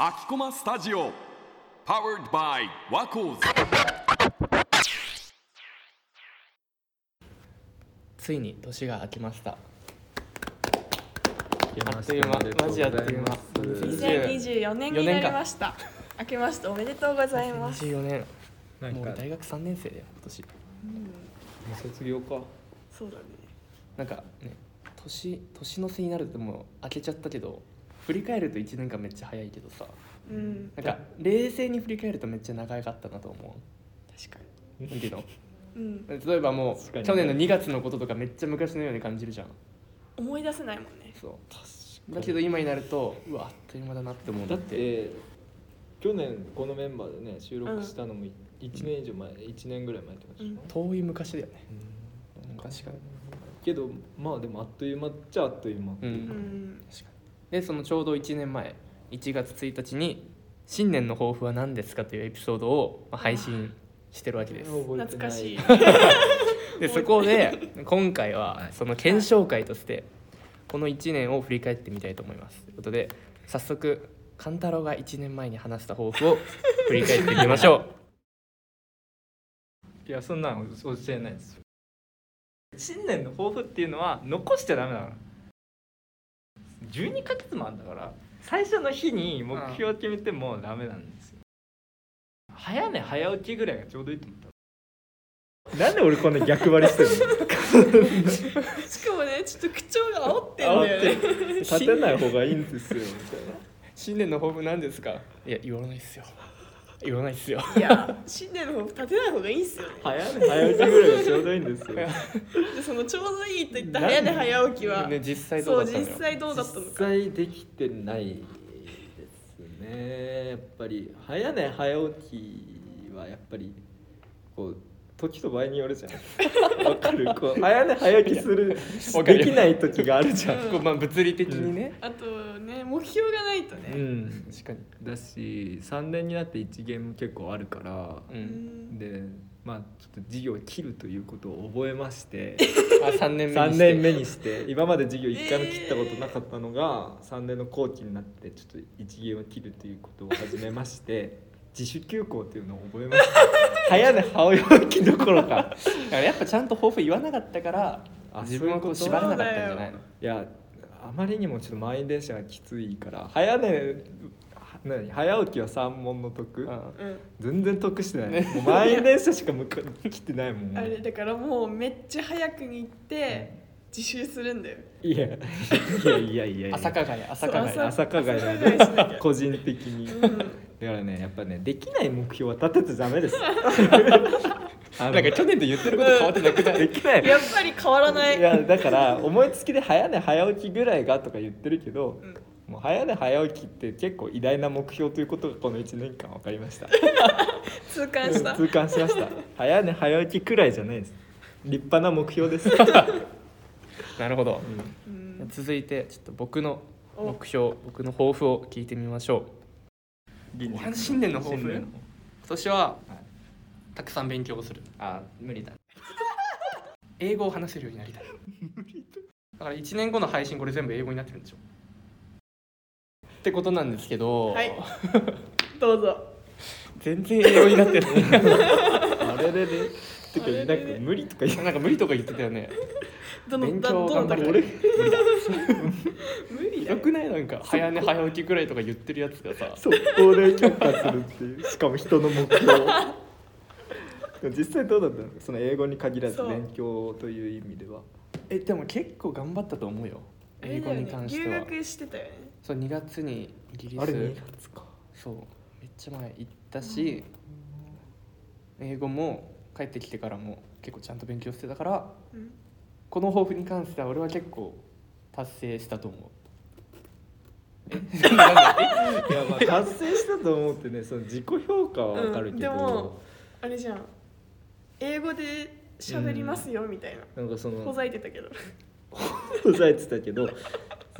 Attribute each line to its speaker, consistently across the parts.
Speaker 1: アキコマスタジオ Powered by ワコーズ
Speaker 2: ついに年が明けました
Speaker 3: あ
Speaker 2: あっという間マジあっという間
Speaker 4: 2024年になりました明けましておめでとうございます
Speaker 2: 24年
Speaker 3: なん
Speaker 2: もう
Speaker 3: か
Speaker 2: 俺大学3年生だよ今年
Speaker 3: もう卒業か
Speaker 4: そうだね
Speaker 2: なんかね年年の瀬になるともう明けちゃったけど振り返ると1年間めっちゃ早いけどさ
Speaker 4: うん
Speaker 2: なんか冷静に振り返るとめっちゃ長かったなと思
Speaker 4: 確か
Speaker 2: うなんていうの
Speaker 4: にうん
Speaker 2: 例えば も
Speaker 3: 確か
Speaker 2: う
Speaker 3: に
Speaker 2: 去年の2月のこととかめっちゃ昔のように感じるじゃん
Speaker 4: 思い出せないもんね
Speaker 2: そうだけど今になるとうわあっという間だなって思うん
Speaker 3: だって去年このメンバーでね収録したのも1年以上前、一1年ぐらい前ってことでしょ、
Speaker 2: 遠い昔だよね確かに
Speaker 3: けどまあでもあっという間っちゃあっという間、
Speaker 2: うん
Speaker 4: うん
Speaker 2: 確かにでそのちょうど1年前1月1日に「新年の抱負は何ですか?」というエピソードをまあ配信してるわけです
Speaker 3: 覚えてない
Speaker 4: 懐かしい
Speaker 2: でそこで今回はその検証会としてこの1年を振り返ってみたいと思いますということで早速勘太郎が1年前に話した抱負を振り返ってみましょ
Speaker 5: いやそんなの教えないですよ新年の抱負っていうのは残しちゃダメなの12ヶ月もあんだから最初の日に目標を決めてもダメなんですよ早寝早起きぐらいがちょうどいいと思ったなんで俺こんな逆張りしてる
Speaker 4: しかもねちょっと口調が煽ってんだよね
Speaker 2: う
Speaker 3: 立てない方がいいんですよみ
Speaker 2: 新年の抱負何ですかいや言わないっすよ言わないっすよ
Speaker 4: いや新年の方立てない方がいいんすよね
Speaker 3: たいな早寝早起きぐらいがちょうどいいんですよ
Speaker 4: でそのちょうどいいと言った早寝早起きは
Speaker 2: ね実際ど
Speaker 4: そ
Speaker 2: だ
Speaker 4: うう
Speaker 2: ったの
Speaker 4: 実
Speaker 2: よ
Speaker 4: 際どうだったの
Speaker 3: 実
Speaker 4: か
Speaker 3: 際できてないですねやっぱり早寝早起きはやっぱりこう時と場合によるじゃん わかるこう早寝早起きする
Speaker 2: わかる
Speaker 3: できない時があるじゃん
Speaker 2: こうまあ物理的にね、
Speaker 4: あとね目標がないと
Speaker 3: う
Speaker 4: ね
Speaker 3: ん
Speaker 2: 確かに
Speaker 3: だし3年になって1ゲーム結構あるから
Speaker 2: う
Speaker 4: うんん
Speaker 3: でまあちょっと授業を切るということを覚えまして
Speaker 2: あ3年目
Speaker 3: 3
Speaker 2: にして
Speaker 3: 年目 にして今まで授業1回も切ったことなかったのが3年の後期になってちょっと1ゲームを切るということを始めまして 自主休校というのを覚えました 早寝早起きどころ か
Speaker 2: だからやっぱちゃんと抱負言わなかったから
Speaker 3: あ
Speaker 2: 自分はこう
Speaker 3: そういう
Speaker 2: 縛
Speaker 3: こ
Speaker 2: れな
Speaker 3: と
Speaker 2: かったんじゃないの
Speaker 3: いやあまりにもちょっと満員電車がきついから早寝は何早起きは三問の得、
Speaker 2: うん
Speaker 4: うん
Speaker 3: 全然得してない、もう満員電車しか向か来てないも ん
Speaker 4: あれだからもうめっちゃ早くに行って自習するんだよ
Speaker 3: い やいやいやいやいや
Speaker 2: 朝加害朝加
Speaker 4: そう
Speaker 2: 害
Speaker 4: 朝
Speaker 3: 朝加害なん
Speaker 4: 朝加害しなき
Speaker 3: で
Speaker 4: ゃ
Speaker 3: 個人的に、
Speaker 4: う
Speaker 3: だか
Speaker 4: ん
Speaker 3: らねやっぱねできない目標は立ててダメ ですあの
Speaker 2: なんか去年と言ってること変わってなくない
Speaker 3: できない
Speaker 4: やっぱり変わらないい。
Speaker 3: やだから思いつきで早寝早起きぐらいがとか言ってるけど、
Speaker 4: うん
Speaker 3: もう早寝早起きって結構偉大な目標ということがこの1年間分かりました
Speaker 4: 痛感した。
Speaker 3: 痛感しました早寝早起きくらいじゃないです立派な目標です
Speaker 2: なるほど、
Speaker 4: うん
Speaker 2: 続いてちょっと僕の目標僕の抱負を聞いてみましょう俺の新年の抱負
Speaker 3: 新年の
Speaker 2: 今年は、
Speaker 3: い
Speaker 2: たくさん勉強をする
Speaker 3: あ
Speaker 2: 無理だ英語を話せるようになりたいだから1年後の配信これ全部英語になってるんでしょってことなんですけど、
Speaker 4: はい。どうぞ。
Speaker 2: 全然英語になってない
Speaker 3: あれれれてか
Speaker 4: あれれれ
Speaker 3: なんか無理とか言う
Speaker 2: なんか無理とか言ってたよね。
Speaker 4: ど
Speaker 2: 勉
Speaker 4: のだ
Speaker 2: 強
Speaker 4: ど
Speaker 2: 頑
Speaker 4: の
Speaker 2: 張
Speaker 4: だ
Speaker 2: り
Speaker 4: か
Speaker 2: 俺
Speaker 4: 無理だ
Speaker 2: よ
Speaker 4: よ。
Speaker 2: くないなんか早寝早起きくらいとか言ってるやつがさ。
Speaker 3: 速攻で強化するっていうしかも人の目標でも実際どうだったのその英語に限らず
Speaker 4: そう
Speaker 3: 勉強という意味では
Speaker 2: えでも結構頑張ったと思うよ。
Speaker 4: あれ
Speaker 2: 英
Speaker 4: だ
Speaker 2: 語
Speaker 4: よね
Speaker 2: に関して
Speaker 4: 留
Speaker 2: は。
Speaker 4: 学してたよね。
Speaker 2: そう2月にイギリ
Speaker 3: あれ
Speaker 2: ス
Speaker 3: 2月か
Speaker 2: そうめっちゃ前行ったし、英語も帰ってきてからも結構ちゃんと勉強してたから
Speaker 4: うん
Speaker 2: この抱負に関しては俺は結構達成したと思う。
Speaker 3: いやまあ達成したと思ってねその自己評価はわかるけど、
Speaker 4: うんでもあれじゃん。英語で喋りますよみたい
Speaker 3: な
Speaker 4: な。
Speaker 3: んかその
Speaker 4: ほざいてたけど。
Speaker 3: ふざえてた けど、そ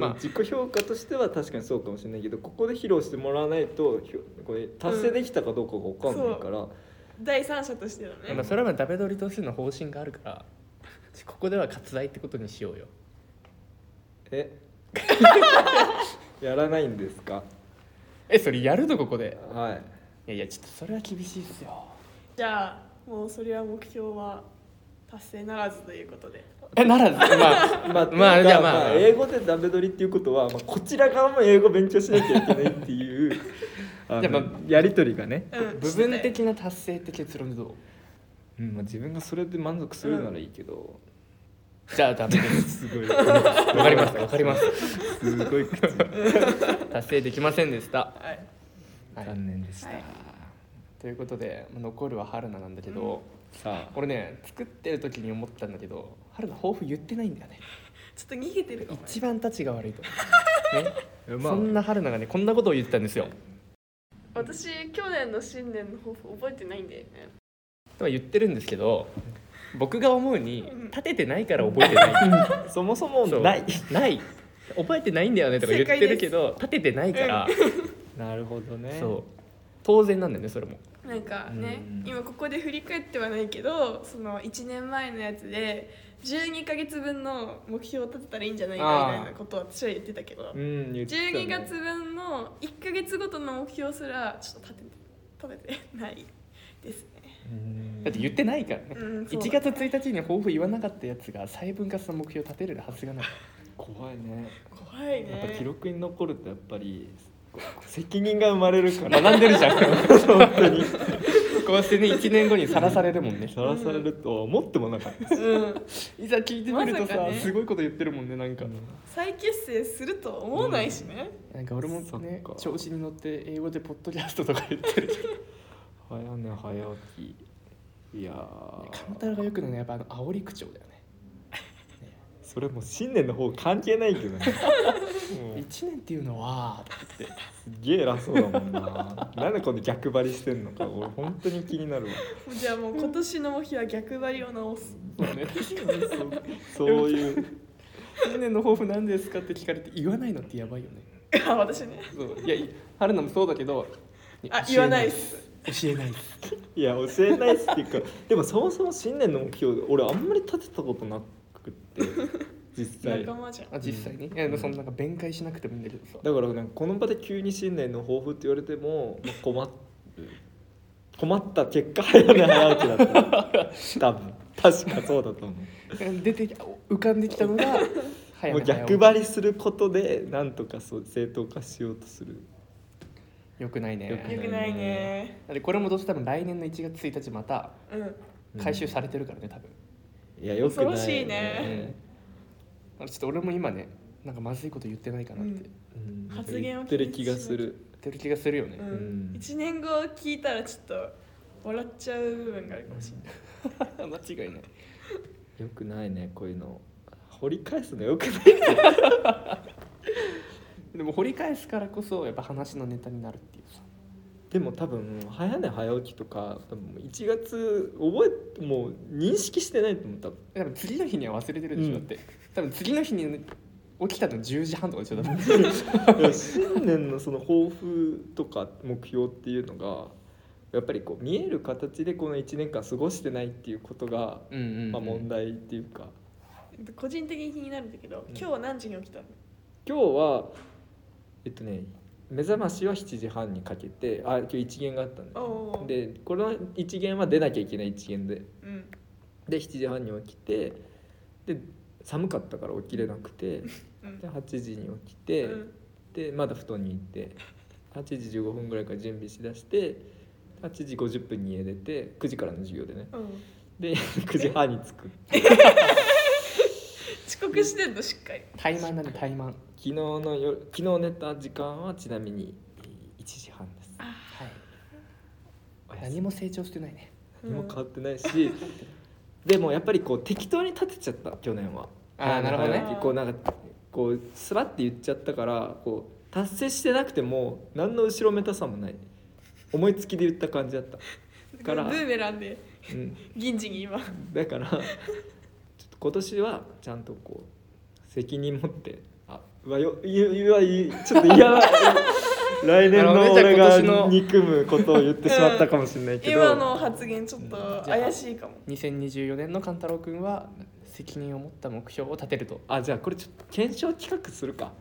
Speaker 2: まあ
Speaker 3: の自己評価としては確かにそうかもしれないけどここで披露してもらわないとひょこれ達成できたかどうかがわかんないから、
Speaker 4: 第三者としての
Speaker 2: まあ
Speaker 4: ね。
Speaker 2: それはダメ取りとしての方針があるからここでは割愛ってことにしようよ。
Speaker 3: え やらないんですか
Speaker 2: えそれやるのここで
Speaker 3: はい
Speaker 2: いやいやちょっとそれは厳しいっすよ
Speaker 4: じゃあもうそれは目標は達成ならずということで
Speaker 2: えならずまあ
Speaker 3: まあ、
Speaker 2: まあ
Speaker 3: っていうか
Speaker 2: じゃあまあ
Speaker 3: 英語でダメ取りっていうことは、まあ、こちら側も英語勉強しなきゃいけないって いうあの
Speaker 2: じゃあまあ
Speaker 3: やり取りがね、
Speaker 4: うん
Speaker 2: 部分的な達成って結論でどう
Speaker 3: うんまあ、自分がそれで満足するならいいけど、
Speaker 2: じゃあダメです
Speaker 3: すごい
Speaker 2: わかりますわかります
Speaker 3: すごい口
Speaker 2: 達成できませんでした
Speaker 4: はい
Speaker 2: はい
Speaker 3: 残念でした、
Speaker 4: はい
Speaker 2: ということでまあ残るは春菜なんだけど、
Speaker 3: さあ
Speaker 2: 俺ね作ってる時に思ったんだけど春菜抱負言ってないんだよね
Speaker 4: ちょっと逃げてるかも
Speaker 2: 一番たちが 悪いと思う、ね、
Speaker 3: まあ
Speaker 2: そんな春菜がねこんなことを言ってたんですよ
Speaker 4: 私去年の新年の抱負覚えてないんだよね
Speaker 2: とは言ってるんですけど僕が思うに立ててないから覚えて ない
Speaker 3: そもそも
Speaker 2: そう
Speaker 3: ない
Speaker 2: ない覚えてないんだよねとか言ってるけど立ててないから、
Speaker 3: なるほどね
Speaker 2: そう当然なんだよねそれも
Speaker 4: なんかね
Speaker 3: うん
Speaker 4: 今ここで振り返ってはないけどその1年前のやつで12ヶ月分の目標を立てたらいいんじゃないかみたいなことを私は言ってたけど
Speaker 3: うん言ってたね
Speaker 4: 12月分の1ヶ月ごとの目標すらちょっと立てて立ててないですね
Speaker 3: うん
Speaker 2: だって言ってないからね、
Speaker 4: うんそう
Speaker 2: 1月1日に抱負言わなかったやつが細分化した目標立てれるはずがない
Speaker 3: 怖いね
Speaker 4: 怖い
Speaker 3: やっぱ記
Speaker 4: ね
Speaker 3: 録に残るとやっぱりこう責任が生まれ るから
Speaker 2: 学んでるじゃん
Speaker 3: 本当に
Speaker 2: こうしてね1年後にさらされるもんね
Speaker 3: さらされるとは思ってもなかった
Speaker 4: うん
Speaker 2: いざ聞いてみるとさ、
Speaker 4: まさかね
Speaker 2: すごいこと言ってるもんねなんか、
Speaker 4: 再結成するとは思わないしね
Speaker 2: なんか俺も
Speaker 3: そっ
Speaker 2: ね
Speaker 3: か
Speaker 2: 調子に乗って英語でポッドキャストとか言ってるけど
Speaker 3: 早寝早起きいやー
Speaker 2: カンタロがよくのねやっぱあの煽り口調だよね
Speaker 3: それもう新年の方関係ないけどねもう
Speaker 2: 1年っていうのは
Speaker 3: すっげえ偉そうだもんななんでこの逆張りしてんのか俺本当に気になるわ
Speaker 4: じゃあもう今年の目標は逆張りを直す
Speaker 2: そうね
Speaker 3: そういう
Speaker 2: 新年の抱負何ですかって聞かれて言わないのってやばいよね
Speaker 4: あ私ね
Speaker 2: そういやい春菜もそうだけど
Speaker 4: あ言わないっす
Speaker 2: 教えないです
Speaker 3: いや教えないっすっていうかでもそもそも新年の目標俺あんまり立てたことなくって実際
Speaker 4: 仲間じゃん
Speaker 2: あ実際に、いやそのなんか弁解しなくてもいいんだけどさ
Speaker 3: だからなんかこの場で急に新年の抱負って言われてもまあ困る困った結果早寝早起き だった多分確かそうだと思う
Speaker 2: 出てき浮かんでき たのが早
Speaker 3: も
Speaker 2: め
Speaker 3: う
Speaker 2: 早起き
Speaker 3: 逆張りすることでなんとかそう正当化しようとする
Speaker 2: よくない
Speaker 3: 良
Speaker 4: よ
Speaker 2: ね
Speaker 4: くないね
Speaker 2: でこれもどうせ多分来年の1月1日また
Speaker 4: うん
Speaker 2: 回収されてるからね多分、
Speaker 3: いやよくない、
Speaker 4: 恐ろしい
Speaker 2: うん
Speaker 4: ね
Speaker 2: あのちょっと俺も今ねなんかまずいこと言ってないかなって、
Speaker 4: うん
Speaker 2: 言
Speaker 3: うん
Speaker 4: 発言を
Speaker 3: 言ってる気がする
Speaker 2: ってる気がするよね、
Speaker 4: う
Speaker 3: うん
Speaker 4: ん、1年後聞いたらちょっと笑っちゃう部分があるかもしれな い
Speaker 2: 間違いない
Speaker 3: よくないねこういうの掘り返すのよくない
Speaker 2: でも掘り返すからこそやっぱ話のネタになるっていうさ
Speaker 3: でも多分早寝早起きとか多分1月覚えもう認識してないと思う多分
Speaker 2: 多分次の日には忘れてるでしょ、
Speaker 3: うん
Speaker 2: だって多分次の日に起きたの10時半とかでしょ多分
Speaker 3: いや新年のその抱負とか目標っていうのがやっぱりこう見える形でこの1年間過ごしてないっていうことが、
Speaker 2: うんうん、
Speaker 3: まあ、問題っていうか
Speaker 4: 個人的に気になるんだけど、
Speaker 3: ん
Speaker 4: 今日は何時に起きたの
Speaker 3: 今日はえっとね目覚ましは7時半にかけてあ今日一限があったんだよ
Speaker 4: おー
Speaker 3: でこの一限は出なきゃいけない一限で
Speaker 4: うん
Speaker 3: で7時半に起きてで寒かったから起きれなくて
Speaker 4: うん
Speaker 3: で8時に起きて。
Speaker 4: うん
Speaker 3: でまだ布団に行って8時15分ぐらいから準備しだして8時50分に家出て9時からの授業でね
Speaker 4: うん
Speaker 3: で 9時半に着く昨
Speaker 4: 遅刻してんのしっかり
Speaker 2: 怠慢なんで怠慢
Speaker 3: 日の夜昨日寝た時間はちなみに1時半です
Speaker 2: はい
Speaker 3: おやす
Speaker 2: 何
Speaker 3: み
Speaker 2: も成長してないね
Speaker 3: 何も変わってないしでもやっぱりこう適当に立てちゃった去年は
Speaker 2: あーなるほどね
Speaker 3: 早起きこうなんかこうスラって言っちゃったからこう達成してなくても何の後ろめたさもない思いつきで言った感じだったから
Speaker 4: ブーメランで
Speaker 3: うん
Speaker 4: 銀次に今
Speaker 3: だからちょっと今年はちゃんとこう責任持ってあうわよいいわいいちょっと嫌 だ来年
Speaker 2: なる
Speaker 3: の
Speaker 2: ほどね
Speaker 3: 俺
Speaker 2: じゃあ
Speaker 3: が
Speaker 2: 今年の
Speaker 3: 憎むことを言ってしまったかもしれないけど、
Speaker 4: 今の発言ちょっと怪しいかも
Speaker 2: 2024年の勘太郎くんは責任を持った目標を立てると
Speaker 3: あじゃあこれちょっと検証企画するか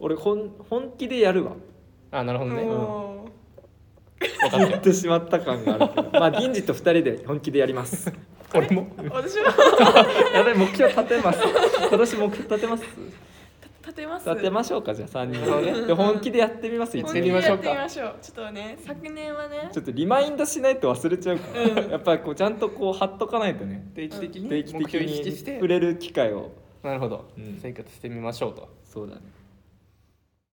Speaker 3: 俺ほん本気でやるわ
Speaker 2: あなるほどね、うん
Speaker 4: もう
Speaker 2: 分かった
Speaker 3: 言
Speaker 2: よ
Speaker 3: ってしまった感があるけどまあ銀次と二人で本気でやります
Speaker 2: 俺も
Speaker 4: 私は
Speaker 3: やばい目標立て ます今年目標立てます
Speaker 4: 立てます
Speaker 3: 立てましょうかじゃあ三人でねで本気でやってみます一
Speaker 4: 本気
Speaker 3: 年
Speaker 2: みま
Speaker 4: でやっ
Speaker 2: しょう
Speaker 4: てみましょうちょっとね昨年はね
Speaker 3: ちょっとリマインドしないと忘れちゃうから、
Speaker 4: うん
Speaker 3: やっぱりこうちゃんとこう貼っとかないとね
Speaker 2: 定期的に
Speaker 3: 定期
Speaker 2: 目
Speaker 3: 的
Speaker 2: 標意識
Speaker 3: に
Speaker 2: して
Speaker 3: 触れる機会を
Speaker 2: なるほど、
Speaker 3: うん
Speaker 2: 生活してみましょうと
Speaker 3: そうだね